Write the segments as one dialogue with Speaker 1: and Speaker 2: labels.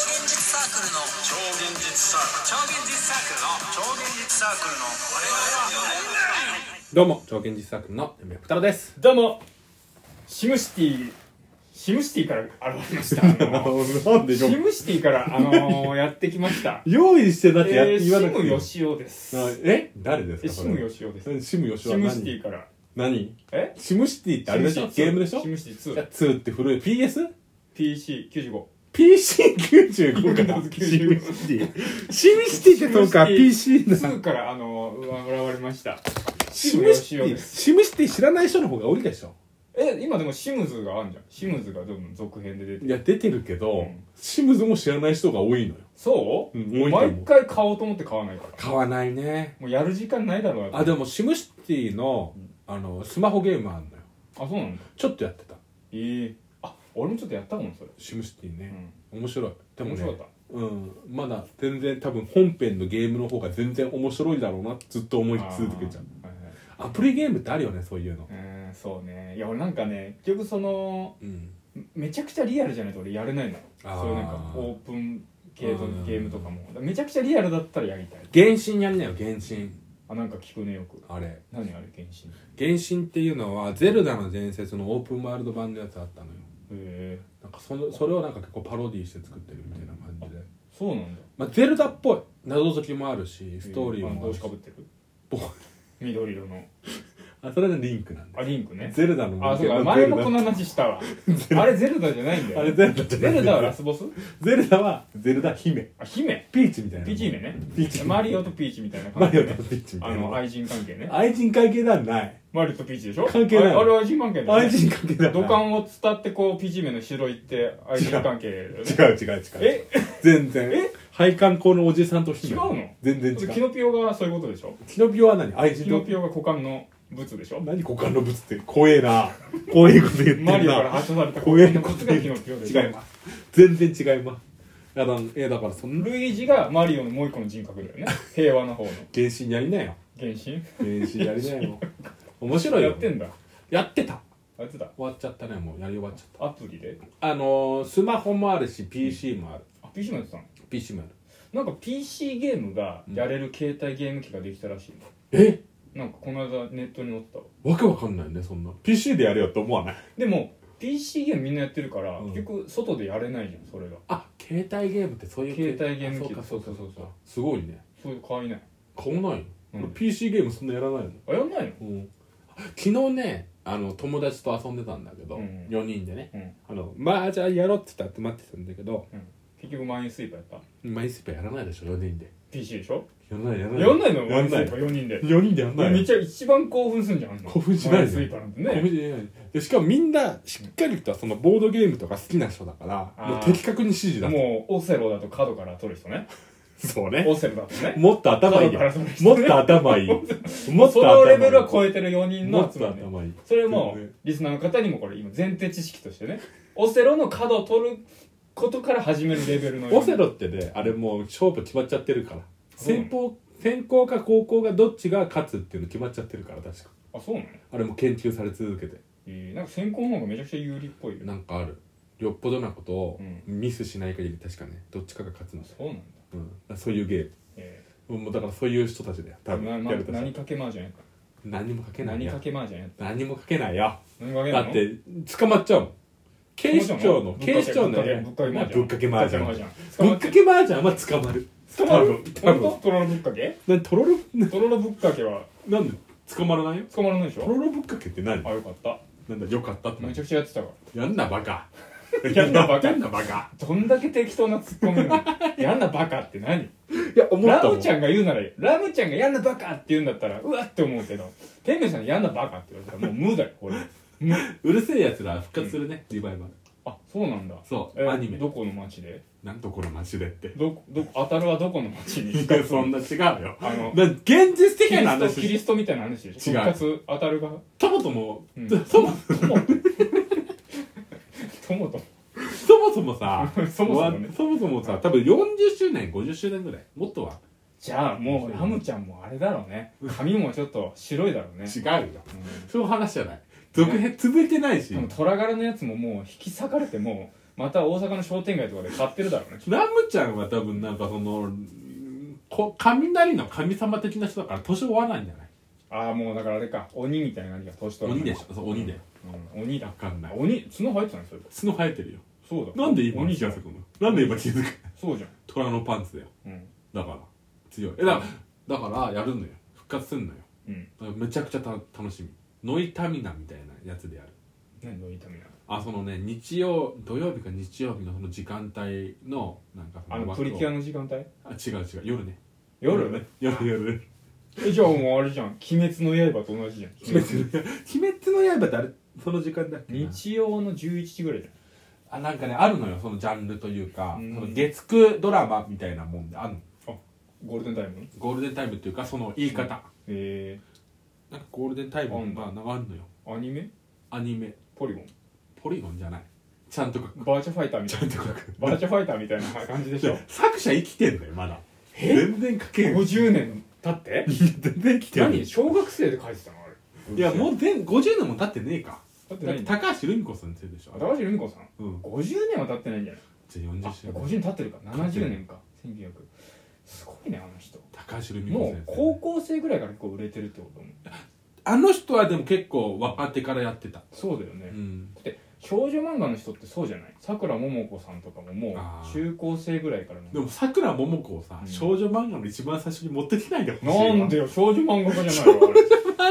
Speaker 1: サークルの
Speaker 2: 超現実サーク
Speaker 1: 超現実サークルの
Speaker 2: ル超現実サークルの
Speaker 3: どうも超現実作の山本太郎です
Speaker 4: どうもシムシティシムシティから現れ ましたあの
Speaker 3: なんで
Speaker 4: シムシティから、あのやってきま した
Speaker 3: 用意してだってやって
Speaker 4: えー、
Speaker 3: 言わな
Speaker 4: シ
Speaker 3: くて
Speaker 4: ム
Speaker 3: いい
Speaker 4: ヨシオです
Speaker 3: あえ誰です
Speaker 4: え
Speaker 3: か
Speaker 4: シ
Speaker 3: これ
Speaker 4: ムヨシオです
Speaker 3: えシムヨシ
Speaker 4: シ
Speaker 3: は
Speaker 4: ムシティ
Speaker 3: 何
Speaker 4: から
Speaker 3: 何
Speaker 4: え
Speaker 3: シムシティってあれでしょゲームでしょ
Speaker 4: シムシティ
Speaker 3: いや2って古い
Speaker 4: 2PC95
Speaker 3: PS?PC95 か
Speaker 4: Windows
Speaker 3: シム
Speaker 4: 95
Speaker 3: シティシムシティってそうか PC だ
Speaker 4: 2からあの現れました
Speaker 3: シ
Speaker 4: シ
Speaker 3: ム
Speaker 4: ム
Speaker 3: シ
Speaker 4: シ
Speaker 3: テ
Speaker 4: テ
Speaker 3: ィ
Speaker 4: ィ
Speaker 3: シムシティ知らない人の方が多いでしょ
Speaker 4: え今でもシムズがあるじゃんシムズがでも続編で出て
Speaker 3: いや出てるけど、
Speaker 4: うん
Speaker 3: シムズも知らない人が多いのよ
Speaker 4: そ
Speaker 3: う
Speaker 4: う、
Speaker 3: ん多いと思う
Speaker 4: 毎回買おうと思って買わないから
Speaker 3: 買わないね
Speaker 4: もうやる時間ないだろうやっぱ
Speaker 3: あでもシムシティのあのスマホゲームあんのよ
Speaker 4: あそうなんだ
Speaker 3: ちょっとやってた
Speaker 4: ええあ俺もちょっとやったもんそれ
Speaker 3: シムシティね、面白いでも
Speaker 4: 面
Speaker 3: ね
Speaker 4: 白かっ
Speaker 3: うんまだ全然多分本編のゲームの方が全然面白いだろうなってずっと思い
Speaker 4: た
Speaker 3: 続けちゃう
Speaker 4: あーはいはい
Speaker 3: アプリゲームってあるよねそういうの
Speaker 4: うーんそうねいや俺なんかね結局その
Speaker 3: うん
Speaker 4: めちゃくちゃリアルじゃないと俺やれないの
Speaker 3: あー
Speaker 4: そういうなんかオープン系の
Speaker 3: うん
Speaker 4: ゲームとかもだからめちゃくちゃリアルだったらやりたい
Speaker 3: 原神やんなよ原神
Speaker 4: あなんか聞くねよく
Speaker 3: あれ
Speaker 4: 何あれ原神
Speaker 3: 原神っていうのは「ゼルダの伝説」のオープンワールド版のやつあったのよ
Speaker 4: へえ
Speaker 3: なんかそのそれをなんか結構パロディして作ってるみたいな感じで、
Speaker 4: そうなんだ
Speaker 3: まあ、ゼルダっぽい謎解きもあるしストーリー
Speaker 4: あの
Speaker 3: もあ
Speaker 4: 帽
Speaker 3: る
Speaker 4: 子
Speaker 3: し
Speaker 4: かぶってる
Speaker 3: ぼ
Speaker 4: 緑色の
Speaker 3: あそれでリンクなんだ
Speaker 4: あリンクね
Speaker 3: ゼルダの
Speaker 4: あそうか前もこの話したわあれゼルダじゃないんだよ
Speaker 3: あれゼルダじゃ
Speaker 4: ゼ
Speaker 3: ない
Speaker 4: ルダはラスボス
Speaker 3: ゼルダはゼルダ姫
Speaker 4: あ姫
Speaker 3: ピーチみたいな
Speaker 4: ピーチ姫ね
Speaker 3: ピーチ姫
Speaker 4: マリオとピーチみたいな
Speaker 3: マ
Speaker 4: 感じ
Speaker 3: リ
Speaker 4: で
Speaker 3: オと
Speaker 4: ね
Speaker 3: ピーチみた
Speaker 4: あ
Speaker 3: い
Speaker 4: の
Speaker 3: な
Speaker 4: 愛人関係ね
Speaker 3: 愛人関係ではない
Speaker 4: マリオとピーチでしょ
Speaker 3: 関係ない
Speaker 4: あれあれ愛人関係だよね
Speaker 3: 愛人関係ではない
Speaker 4: 土管を伝ってこうピーチ姫の城行って愛人関係だよね
Speaker 3: 違う違う違う
Speaker 4: え
Speaker 3: 全然
Speaker 4: え
Speaker 3: 配管工のおじさんと姫
Speaker 4: 違うの
Speaker 3: 全然
Speaker 4: キ
Speaker 3: 違う
Speaker 4: ノピオがそういうことでしょ
Speaker 3: キノピオは何愛
Speaker 4: キ
Speaker 3: 人
Speaker 4: ノ
Speaker 3: の
Speaker 4: ピオが股間の物でしょ
Speaker 3: 何股間の物って怖えな怖えこと言ってんな
Speaker 4: マリオから発射された
Speaker 3: 怖え
Speaker 4: 股間
Speaker 3: こ
Speaker 4: の
Speaker 3: と
Speaker 4: 物
Speaker 3: 言
Speaker 4: が
Speaker 3: って
Speaker 4: キ
Speaker 3: 違い
Speaker 4: ノピオでしょ
Speaker 3: ます全然違いますいやだえだからそんな
Speaker 4: ルイージがマリオのもう一個の人格だ よね平和な方の
Speaker 3: 原神やりなよ
Speaker 4: 原神
Speaker 3: 原神やりなよ 面白いよ
Speaker 4: やってんだ
Speaker 3: やってた
Speaker 4: あいつだ
Speaker 3: 終わっちゃったねもうやり終わっちゃっ
Speaker 4: アプリで
Speaker 3: たあのー、スマホもあるし PC もある、
Speaker 4: あ PC もやってたの
Speaker 3: PC もある
Speaker 4: なんか PC ゲームがやれる携帯ゲーム機ができたらしいの、
Speaker 3: え
Speaker 4: なんかこの間ネットに載ってたわ
Speaker 3: わけわかんないねそんな PC でやれよと思わない
Speaker 4: でも PC ゲームみんなやってるから、
Speaker 3: うん
Speaker 4: 結局外でやれないじゃんそれが
Speaker 3: あ携帯ゲームってそういう
Speaker 4: 携帯ゲーム機
Speaker 3: あそうかそうかそう
Speaker 4: そうそう
Speaker 3: か
Speaker 4: そう
Speaker 3: すごいね
Speaker 4: そういう買いない
Speaker 3: 買わないの、
Speaker 4: うん
Speaker 3: 俺 PC ゲームそんなやらないの、
Speaker 4: あやんないの
Speaker 3: うん、昨日ねあの友達と遊んでたんだけど、
Speaker 4: うん
Speaker 3: 4人でね
Speaker 4: うん
Speaker 3: あのまあじゃあやろうって言って集まってたんだけど
Speaker 4: 結局マインスイーパーやった
Speaker 3: マイスペやらないでしょ4人で
Speaker 4: PC でしょ
Speaker 3: やらないやらない
Speaker 4: やんないのマ
Speaker 3: や
Speaker 4: イ
Speaker 3: ん
Speaker 4: ンスイ
Speaker 3: ない
Speaker 4: ーパー4人で
Speaker 3: 4人でやんない
Speaker 4: めっちゃ一番興奮すんじゃんあんの
Speaker 3: 興奮しないよ
Speaker 4: マインスイーパーなんて
Speaker 3: コメ
Speaker 4: ね
Speaker 3: ディじゃないでしかもみんなしっかりとそのボードゲームとか好きな人だから
Speaker 4: あー
Speaker 3: もう的確に指示だ
Speaker 4: もうオセロだと角から取る人ね
Speaker 3: そうね
Speaker 4: オセロだとね
Speaker 3: もっと頭いい
Speaker 4: 角
Speaker 3: よ
Speaker 4: から取る人
Speaker 3: もっと頭い いもっ
Speaker 4: そ
Speaker 3: と
Speaker 4: の
Speaker 3: 頭い
Speaker 4: レ
Speaker 3: い
Speaker 4: ベルは超えてる4人
Speaker 3: も
Speaker 4: の
Speaker 3: っ
Speaker 4: 集
Speaker 3: と
Speaker 4: まりね
Speaker 3: 頭いい
Speaker 4: それも
Speaker 3: 全然
Speaker 4: リスナーの方にもこれ今前提知識としてねオセロの角を取ることから始めるレベルの
Speaker 3: オセロってねあれもう勝負決まっちゃってるから
Speaker 4: そうなの
Speaker 3: 先方先行か後攻がどっちが勝つっていうの決まっちゃってるから確か
Speaker 4: あそうなの
Speaker 3: あれも研究され続けて
Speaker 4: えーなんか先行の方がめちゃくちゃ有利っぽいよ
Speaker 3: なんかあるよっぽどなことを
Speaker 4: うん
Speaker 3: ミスしない限り確かねどっちかが勝つの、
Speaker 4: そうなんだ
Speaker 3: うん、だからそういうゲー
Speaker 4: え
Speaker 3: ムもうだからそういう人たちだよ多
Speaker 4: ー
Speaker 3: 分
Speaker 4: なな
Speaker 3: やるとしたら
Speaker 4: 何かけマージャンやっ
Speaker 3: 何もかけ
Speaker 4: た
Speaker 3: ない
Speaker 4: 何
Speaker 3: よ
Speaker 4: かけマージャンやった
Speaker 3: 何もかけないよ
Speaker 4: 何かけ
Speaker 3: だ
Speaker 4: なの
Speaker 3: って捕まっちゃうもん警視庁の
Speaker 4: ぶっかけ
Speaker 3: 警視庁のね
Speaker 4: ぶっかけ
Speaker 3: まあぶっかけ
Speaker 4: ぶ
Speaker 3: マー
Speaker 4: っ
Speaker 3: ジ
Speaker 4: かけ
Speaker 3: ャ
Speaker 4: マ
Speaker 3: ン
Speaker 4: ージャン
Speaker 3: ぶっかけマージャンは捕まる
Speaker 4: 捕ま
Speaker 3: 多分多
Speaker 4: る
Speaker 3: 分
Speaker 4: 本当トロロぶっかけ
Speaker 3: 何とろろな
Speaker 4: トロロぶっかけは
Speaker 3: なんで捕まらないよ
Speaker 4: 捕まらないでし
Speaker 3: とろ
Speaker 4: ょ
Speaker 3: ろぶっかけって何
Speaker 4: あよかった
Speaker 3: なんだよかったって
Speaker 4: めちゃくちゃやってたわ
Speaker 3: やんなバカ
Speaker 4: やんなバカ
Speaker 3: やんなバカ
Speaker 4: どんだけ適当なツッコミな のやんなバカって何
Speaker 3: いや思っ
Speaker 4: ラ
Speaker 3: たも
Speaker 4: ム
Speaker 3: ん
Speaker 4: ちゃんが言うならいいラムちゃんがやんなバカって言うんだったらうわって思うけど天明さんにやんなバカって言われたらもう無だよ俺無
Speaker 3: うるせえやつら復活するねリバイバル
Speaker 4: あそうなんだ
Speaker 3: そう
Speaker 4: え
Speaker 3: アニメ
Speaker 4: どこの町で
Speaker 3: なんとこの街で って
Speaker 4: どこどこ当たるはどこの町
Speaker 3: い
Speaker 4: に
Speaker 3: やそんな違うよ
Speaker 4: あ の
Speaker 3: な現実的
Speaker 4: キリ
Speaker 3: な
Speaker 4: ストキリ
Speaker 3: 話
Speaker 4: ストみたいな話でしょ
Speaker 3: 違う
Speaker 4: 復活当たるが
Speaker 3: ともとも
Speaker 4: うん
Speaker 3: そも
Speaker 4: ともともと
Speaker 3: そもそもさ
Speaker 4: そもそもね
Speaker 3: わそもそもさ多分40周年50周年ぐらいもっとは
Speaker 4: じゃあもうラムちゃんもあれだろうね髪もちょっと白いだろうね
Speaker 3: 違うよそういう話じゃない続編続いてないし
Speaker 4: でも虎柄のやつももう引き裂かれてもまた大阪の商店街とかで買ってるだろうね
Speaker 3: ラムちゃんは多分なんかそのこ雷の神様的な人だから年追わないんじゃない
Speaker 4: ああもうだからあれか鬼みたいな感じが年取ら
Speaker 3: 鬼
Speaker 4: ない
Speaker 3: でしょそう鬼だよ
Speaker 4: うん鬼だ
Speaker 3: わかんない
Speaker 4: 鬼角生えてたんです
Speaker 3: 角
Speaker 4: よ
Speaker 3: 生えてるよ
Speaker 4: そうだ
Speaker 3: なんで今
Speaker 4: 鬼
Speaker 3: 気
Speaker 4: じゃ
Speaker 3: が
Speaker 4: ん
Speaker 3: つくのなんで今気づく
Speaker 4: そうじゃん
Speaker 3: 虎のパンツだよ
Speaker 4: うん
Speaker 3: だから強いえだだからやるのよ復活すんのよ
Speaker 4: うん
Speaker 3: だからめちゃくちゃた楽しみノイタミナみたいなやつでやる
Speaker 4: 何の痛みなの
Speaker 3: あそのね日曜土曜日か日曜日のその時間帯のなんかそ
Speaker 4: あの
Speaker 3: 枠
Speaker 4: プ
Speaker 3: を
Speaker 4: リキュアの時間帯
Speaker 3: あ違う違う夜ね
Speaker 4: 夜
Speaker 3: 夜夜
Speaker 4: えじゃあもうあれじゃん「鬼滅の刃」と同じじゃん
Speaker 3: 鬼滅の鬼滅の刃ってあれその時間だっけな
Speaker 4: 日曜の11時ぐらいじ
Speaker 3: あなんかねあるのよそのジャンルというか、
Speaker 4: うん
Speaker 3: その月9ドラマみたいなもんであるの
Speaker 4: ゃんゴールデンタイムへ
Speaker 3: ゴールデンタイムっていうかその言い方、
Speaker 4: え
Speaker 3: なんかゴールデンタイム
Speaker 4: うん
Speaker 3: がなんかあるのよ
Speaker 4: アニメ
Speaker 3: アニメ
Speaker 4: ポリゴン
Speaker 3: ポリゴンじゃないちゃんとか
Speaker 4: バーチャファイターみ
Speaker 3: ち
Speaker 4: た
Speaker 3: ゃ
Speaker 4: いな
Speaker 3: と
Speaker 4: ん
Speaker 3: か
Speaker 4: バーチャファイターみたいな感じでしょ
Speaker 3: 作者生きてんのよまだ全然書けん
Speaker 4: 50年経って
Speaker 3: 全然生きてんの
Speaker 4: 何小学生で書いてたのあれ
Speaker 3: いやもう全50年も経ってねえか
Speaker 4: だって
Speaker 3: だって
Speaker 4: 何
Speaker 3: 高橋留美子さんって言うでしょ
Speaker 4: 高橋留美子さん
Speaker 3: うん
Speaker 4: 50年は経ってないんじゃない
Speaker 3: じゃあ40
Speaker 4: あ
Speaker 3: 周
Speaker 4: 50
Speaker 3: 年
Speaker 4: 年経ってるか70年か1900すごいねあの人
Speaker 3: 高橋留美子
Speaker 4: も
Speaker 3: 先
Speaker 4: う
Speaker 3: 生
Speaker 4: 高校生ぐらいから結構売れてるってことも
Speaker 3: あの人はでも結構若手からやってた
Speaker 4: そうだよ
Speaker 3: う
Speaker 4: ね
Speaker 3: ん
Speaker 4: 少女漫画の人ってそうじゃないさくらももこさんとかもも
Speaker 3: あ
Speaker 4: う
Speaker 3: ー
Speaker 4: 中高生ぐらいからの
Speaker 3: でもさくらももこをさ、
Speaker 4: うん
Speaker 3: 少女漫画の一番最初に持ってきないでほしいわ
Speaker 4: なんでよ少女漫画家じゃないわ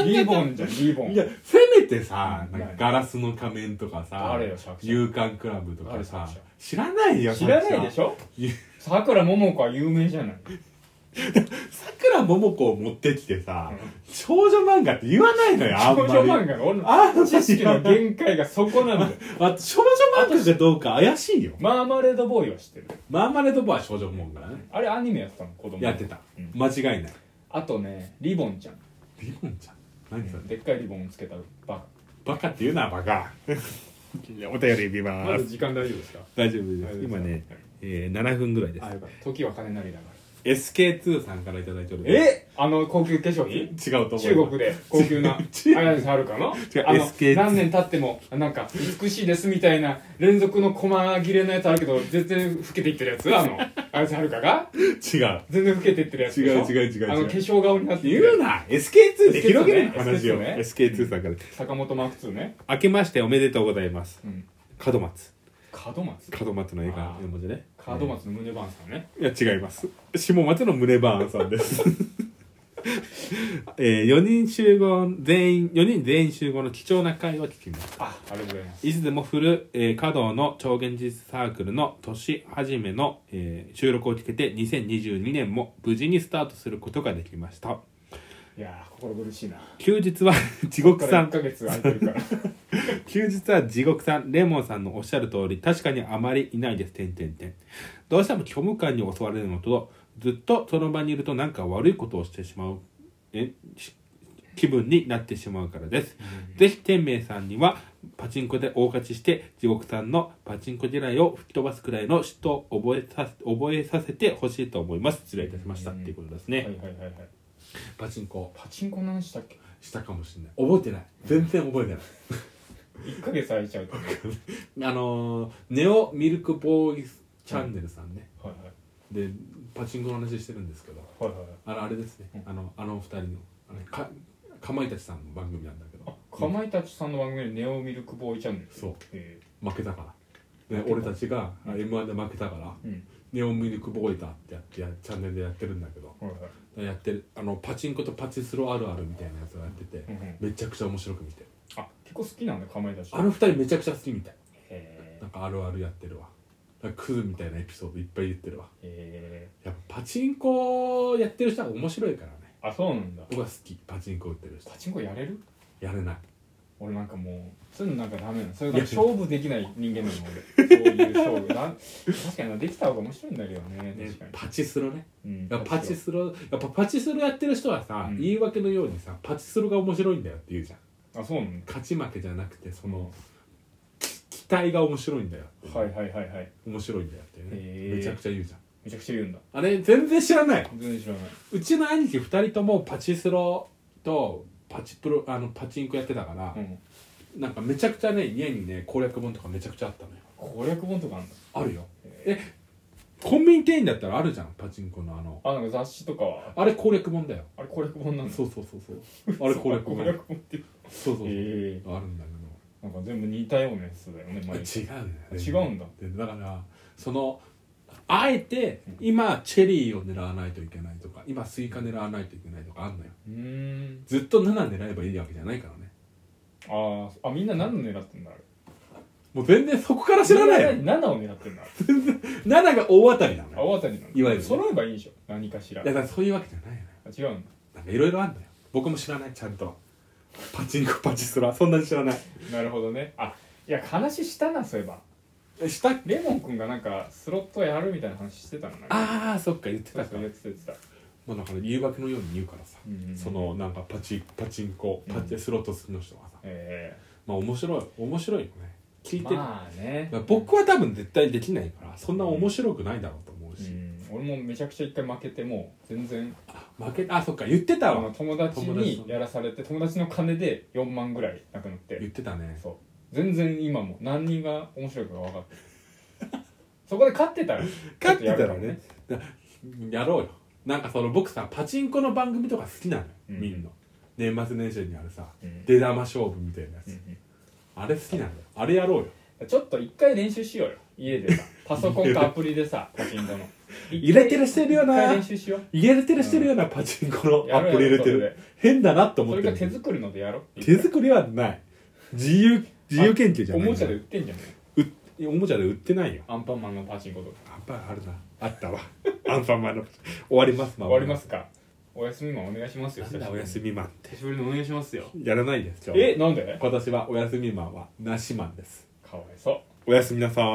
Speaker 4: あれリボンじゃんリボン
Speaker 3: いやせめてさ
Speaker 4: うん
Speaker 3: なんかガラスの仮面とかさ
Speaker 4: 誰よ作者
Speaker 3: 勇敢クラブとか
Speaker 4: 誰
Speaker 3: さ
Speaker 4: 作者
Speaker 3: 知らないよ
Speaker 4: 知らないでし
Speaker 3: ょ
Speaker 4: ょ
Speaker 3: いや
Speaker 4: さくらももこは有名じゃない
Speaker 3: さくらももこを持ってきてさ、少女漫画って言わないのよあ
Speaker 4: 少
Speaker 3: んま
Speaker 4: 女
Speaker 3: り
Speaker 4: 漫画の俺
Speaker 3: あんま
Speaker 4: の
Speaker 3: り
Speaker 4: 知識の限界がそこなんだよ
Speaker 3: あと少女漫画かどうか怪しいよ
Speaker 4: マーマレードボーイは知ってる
Speaker 3: マーマレードボーイは少女漫画だね
Speaker 4: あれアニメやってたの子供
Speaker 3: やってた、
Speaker 4: うん
Speaker 3: 間違いない
Speaker 4: あとねリボンちゃん
Speaker 3: リボンちゃん何それ、
Speaker 4: でっかいリボンつけたバ
Speaker 3: バカって言うなバ カお便り見
Speaker 4: カ
Speaker 3: ま
Speaker 4: まだ時間大丈夫ですか
Speaker 3: 大丈夫で
Speaker 4: 大丈夫
Speaker 3: す
Speaker 4: です
Speaker 3: 今ね、えー、7分ぐらいで
Speaker 4: あ
Speaker 3: す
Speaker 4: よかった時は金なりだから
Speaker 3: SK2 さんからいただいております
Speaker 4: えあの高級化粧品
Speaker 3: 違うと思う
Speaker 4: 中国で高級な
Speaker 3: 違う
Speaker 4: 綾瀬はるかの
Speaker 3: 違う
Speaker 4: あの
Speaker 3: SK2
Speaker 4: 何年経ってもなんか美しいですみたいな連続の細切れのやつあるけど全然老けていってるやつあの綾瀬はるかが
Speaker 3: 違う
Speaker 4: 全然老けていってるやつでしょ
Speaker 3: 違う違う違う違う
Speaker 4: あの化粧顔になってい
Speaker 3: 言
Speaker 4: る
Speaker 3: うな SK2 で広げるな
Speaker 4: SK2 ね
Speaker 3: 話を
Speaker 4: SK2
Speaker 3: SK2 さんから
Speaker 4: 坂本マーク2ね
Speaker 3: 明けましておめでとうございます
Speaker 4: うん
Speaker 3: 門松
Speaker 4: 門松
Speaker 3: 門松の映画の絵文字ね
Speaker 4: 門松の胸バンさんね
Speaker 3: いや違います下松の胸バーンさんです えー、4人集合全員4人全員集合の貴重な会を聞きます
Speaker 4: あありがとうございます
Speaker 3: いつでも振る、えー、華道の超現実サークルの年初めの、えー収録を聞けて2022年も無事にスタートすることができました
Speaker 4: いやー心苦しいな
Speaker 3: 休日は 地獄
Speaker 4: こ
Speaker 3: さ
Speaker 4: こから
Speaker 3: ん
Speaker 4: 1ヶ月空いてる から
Speaker 3: 休日は地獄さんレモンさんのおっしゃる通り確かにあまりいないです点点点どうしても虚無感に襲われるのとずっとその場にいるとなんか悪いことをしてしまうえし気分になってしまうからです、ぜひ天明さんにはパチンコで大勝ちして地獄さんのパチンコ嫌いを吹き飛ばすくらいの嫉妬を覚えさせ覚えさせてほしいと思います失礼いたしました、
Speaker 4: う
Speaker 3: っ
Speaker 4: ん
Speaker 3: ていうことです
Speaker 4: はい
Speaker 3: ね、
Speaker 4: はいはいはい
Speaker 3: パチンコ
Speaker 4: パチンコの話したっけ
Speaker 3: したかもしれない覚えてない全然覚えてない
Speaker 4: 1ヶ月空いちゃうとはい
Speaker 3: あのーネオミルクボーイチャンネルさんね、
Speaker 4: はい
Speaker 3: でパチンコの話してるんですけど
Speaker 4: はいはいはい
Speaker 3: あれあれですね、あのあのお二人のあのかかまいたちさんの番組なんだけど
Speaker 4: かまいたちさんの番組でネオミルクボーイチャンネル
Speaker 3: そう
Speaker 4: へ
Speaker 3: 負けたから、ね、俺たちが m 1で負けたから、
Speaker 4: えうん
Speaker 3: ネオミルクボーイだってやってやチャンネルでやってるんだけど
Speaker 4: はいはい
Speaker 3: やってるあのパチンコとパチスロあるあるみたいなやつをやってて、
Speaker 4: うん
Speaker 3: めちゃくちゃ面白く見てる
Speaker 4: あ結構好きなんだかまいたち
Speaker 3: あの二人めちゃくちゃ好きみたい
Speaker 4: へ
Speaker 3: なんかあるあるやってるわなんかクズみたいなエピソードいっぱい言ってるわ
Speaker 4: えへえ
Speaker 3: やっぱパチンコやってる人は面白いからね
Speaker 4: あそうなんだ
Speaker 3: 僕は好きパチンコ打ってる人
Speaker 4: パチンコやれる
Speaker 3: やれない
Speaker 4: 俺なんかもうそういうのなんかダメなのそれから勝負できない人間なの俺そういう勝負な確かになできた方が面白いんだけどね
Speaker 3: ね
Speaker 4: 確か
Speaker 3: パチスロね
Speaker 4: に、うん
Speaker 3: やっぱパチスロやっぱパチスロやってる人はさ、
Speaker 4: うん
Speaker 3: 言い訳のようにさパチスロが面白いんだよって言うじゃん
Speaker 4: あそうなんだ
Speaker 3: 勝ち負けじゃなくてそ
Speaker 4: この
Speaker 3: の期待が面白いんだよって
Speaker 4: はいはいはいはい
Speaker 3: 面白いんだよって
Speaker 4: へ
Speaker 3: ね
Speaker 4: ー
Speaker 3: めちゃくちゃ言うじゃん
Speaker 4: めちゃくちゃ言うんだ
Speaker 3: あれ全然知らない
Speaker 4: 全然知らないう
Speaker 3: ちの兄貴2人ともパチスロとパチプロあのパチンコやってたから、
Speaker 4: うん
Speaker 3: なんかめちゃくちゃね家にね攻略本とかめちゃくちゃあったのよ
Speaker 4: 攻略本とかあんだ
Speaker 3: あるよえコンビニ店員だったらあるじゃんパチンコのあの
Speaker 4: あなんか雑誌とかは
Speaker 3: あれ攻略本だよ
Speaker 4: あれ攻略本なんだ
Speaker 3: そうそうそうそうあれ攻略
Speaker 4: 攻
Speaker 3: 本
Speaker 4: 略本って
Speaker 3: そうそうそう、
Speaker 4: え
Speaker 3: あるんだけど
Speaker 4: なんか全部似たようなやつだよね毎日
Speaker 3: 違うんだ
Speaker 4: 違
Speaker 3: よ
Speaker 4: うんだ
Speaker 3: でだからそのあえて今チェリーを狙わないといけないとか今スイカ狙わないといけないとかあんのよ
Speaker 4: うーん
Speaker 3: ずっと7狙えばいいわけじゃないからね
Speaker 4: あーあみんな何の狙ってんだあれ
Speaker 3: もう全然そこから知らないよ
Speaker 4: みんな何を狙ってんだあ れ
Speaker 3: 7が大当たりなのよ
Speaker 4: 青当たりなんだ
Speaker 3: いわゆる
Speaker 4: 揃えばいいでしょ何かしら
Speaker 3: だからそういうわけじゃないのよ
Speaker 4: あ違うんだ
Speaker 3: なんかいろいろあんのよ僕も知らないちゃんとパチンコパチスラそんなに知らない
Speaker 4: なるほどねあいや話したなそういえば
Speaker 3: えしたっけ
Speaker 4: レモン君がなんかスロットやるみたいな話してたのなんか
Speaker 3: ああそっか言って
Speaker 4: そう
Speaker 3: た
Speaker 4: そ
Speaker 3: か
Speaker 4: う言ってた言ってた
Speaker 3: もうなんか誘惑のように言うからさ、
Speaker 4: うんうん
Speaker 3: そのなんかパチパチンコパチスロット好きの人はさ、
Speaker 4: え
Speaker 3: まあ面白い面白いよね聞
Speaker 4: え
Speaker 3: いてる、
Speaker 4: まあね
Speaker 3: まあ僕は多分絶対できないからそんな面白くないだろうと思う
Speaker 4: う
Speaker 3: し、
Speaker 4: ん俺もめちゃくちゃ一回負けてもう全然
Speaker 3: 負けあそっか言ってた
Speaker 4: あ
Speaker 3: わ
Speaker 4: の友達
Speaker 3: 友達
Speaker 4: に
Speaker 3: と
Speaker 4: やらされて友達の金で4万ぐらいなくなっ
Speaker 3: 言っててたね
Speaker 4: そう全然今も何人が面白いかが分かってる そこで勝ってたら
Speaker 3: 勝って
Speaker 4: ちょ
Speaker 3: た
Speaker 4: とや
Speaker 3: ら
Speaker 4: る
Speaker 3: ねだやろうよなんかその僕さパチンコの番組とか好きなのよ、
Speaker 4: うん
Speaker 3: みんな年末年始にあるさ、
Speaker 4: うん
Speaker 3: 出玉勝負みたいなやつ、
Speaker 4: うんうん
Speaker 3: あれ好きなのよあれやろうよ
Speaker 4: ちょっと一回練習しようよ家 でさパソコンかアプリでさパチンコの
Speaker 3: 入れてるしてるよな
Speaker 4: 一回練習しよう
Speaker 3: 入れてるしてるようなパチンコのア
Speaker 4: や
Speaker 3: プ
Speaker 4: ろう
Speaker 3: リ入れて
Speaker 4: やろう
Speaker 3: る変だなと
Speaker 4: そ
Speaker 3: 思っ
Speaker 4: れ
Speaker 3: て
Speaker 4: が
Speaker 3: る
Speaker 4: 手作りのでやろう
Speaker 3: 手作りはない自由自由研究じゃ
Speaker 4: お
Speaker 3: ない
Speaker 4: もちゃで売ってんじゃん
Speaker 3: うおもちゃで売ってないよ
Speaker 4: アンパンマンのパチンコとか
Speaker 3: やっぱりあるなあった わアンパンマンの終わりますまあ
Speaker 4: 終わりますかお休みマンお願いしますよ
Speaker 3: なんだお休みマンって
Speaker 4: 久しぶりにお願いしますよ
Speaker 3: やらないです今日
Speaker 4: えなんで
Speaker 3: 今年はお休みマンはなしマンです
Speaker 4: かわいそう
Speaker 3: おやすみなさい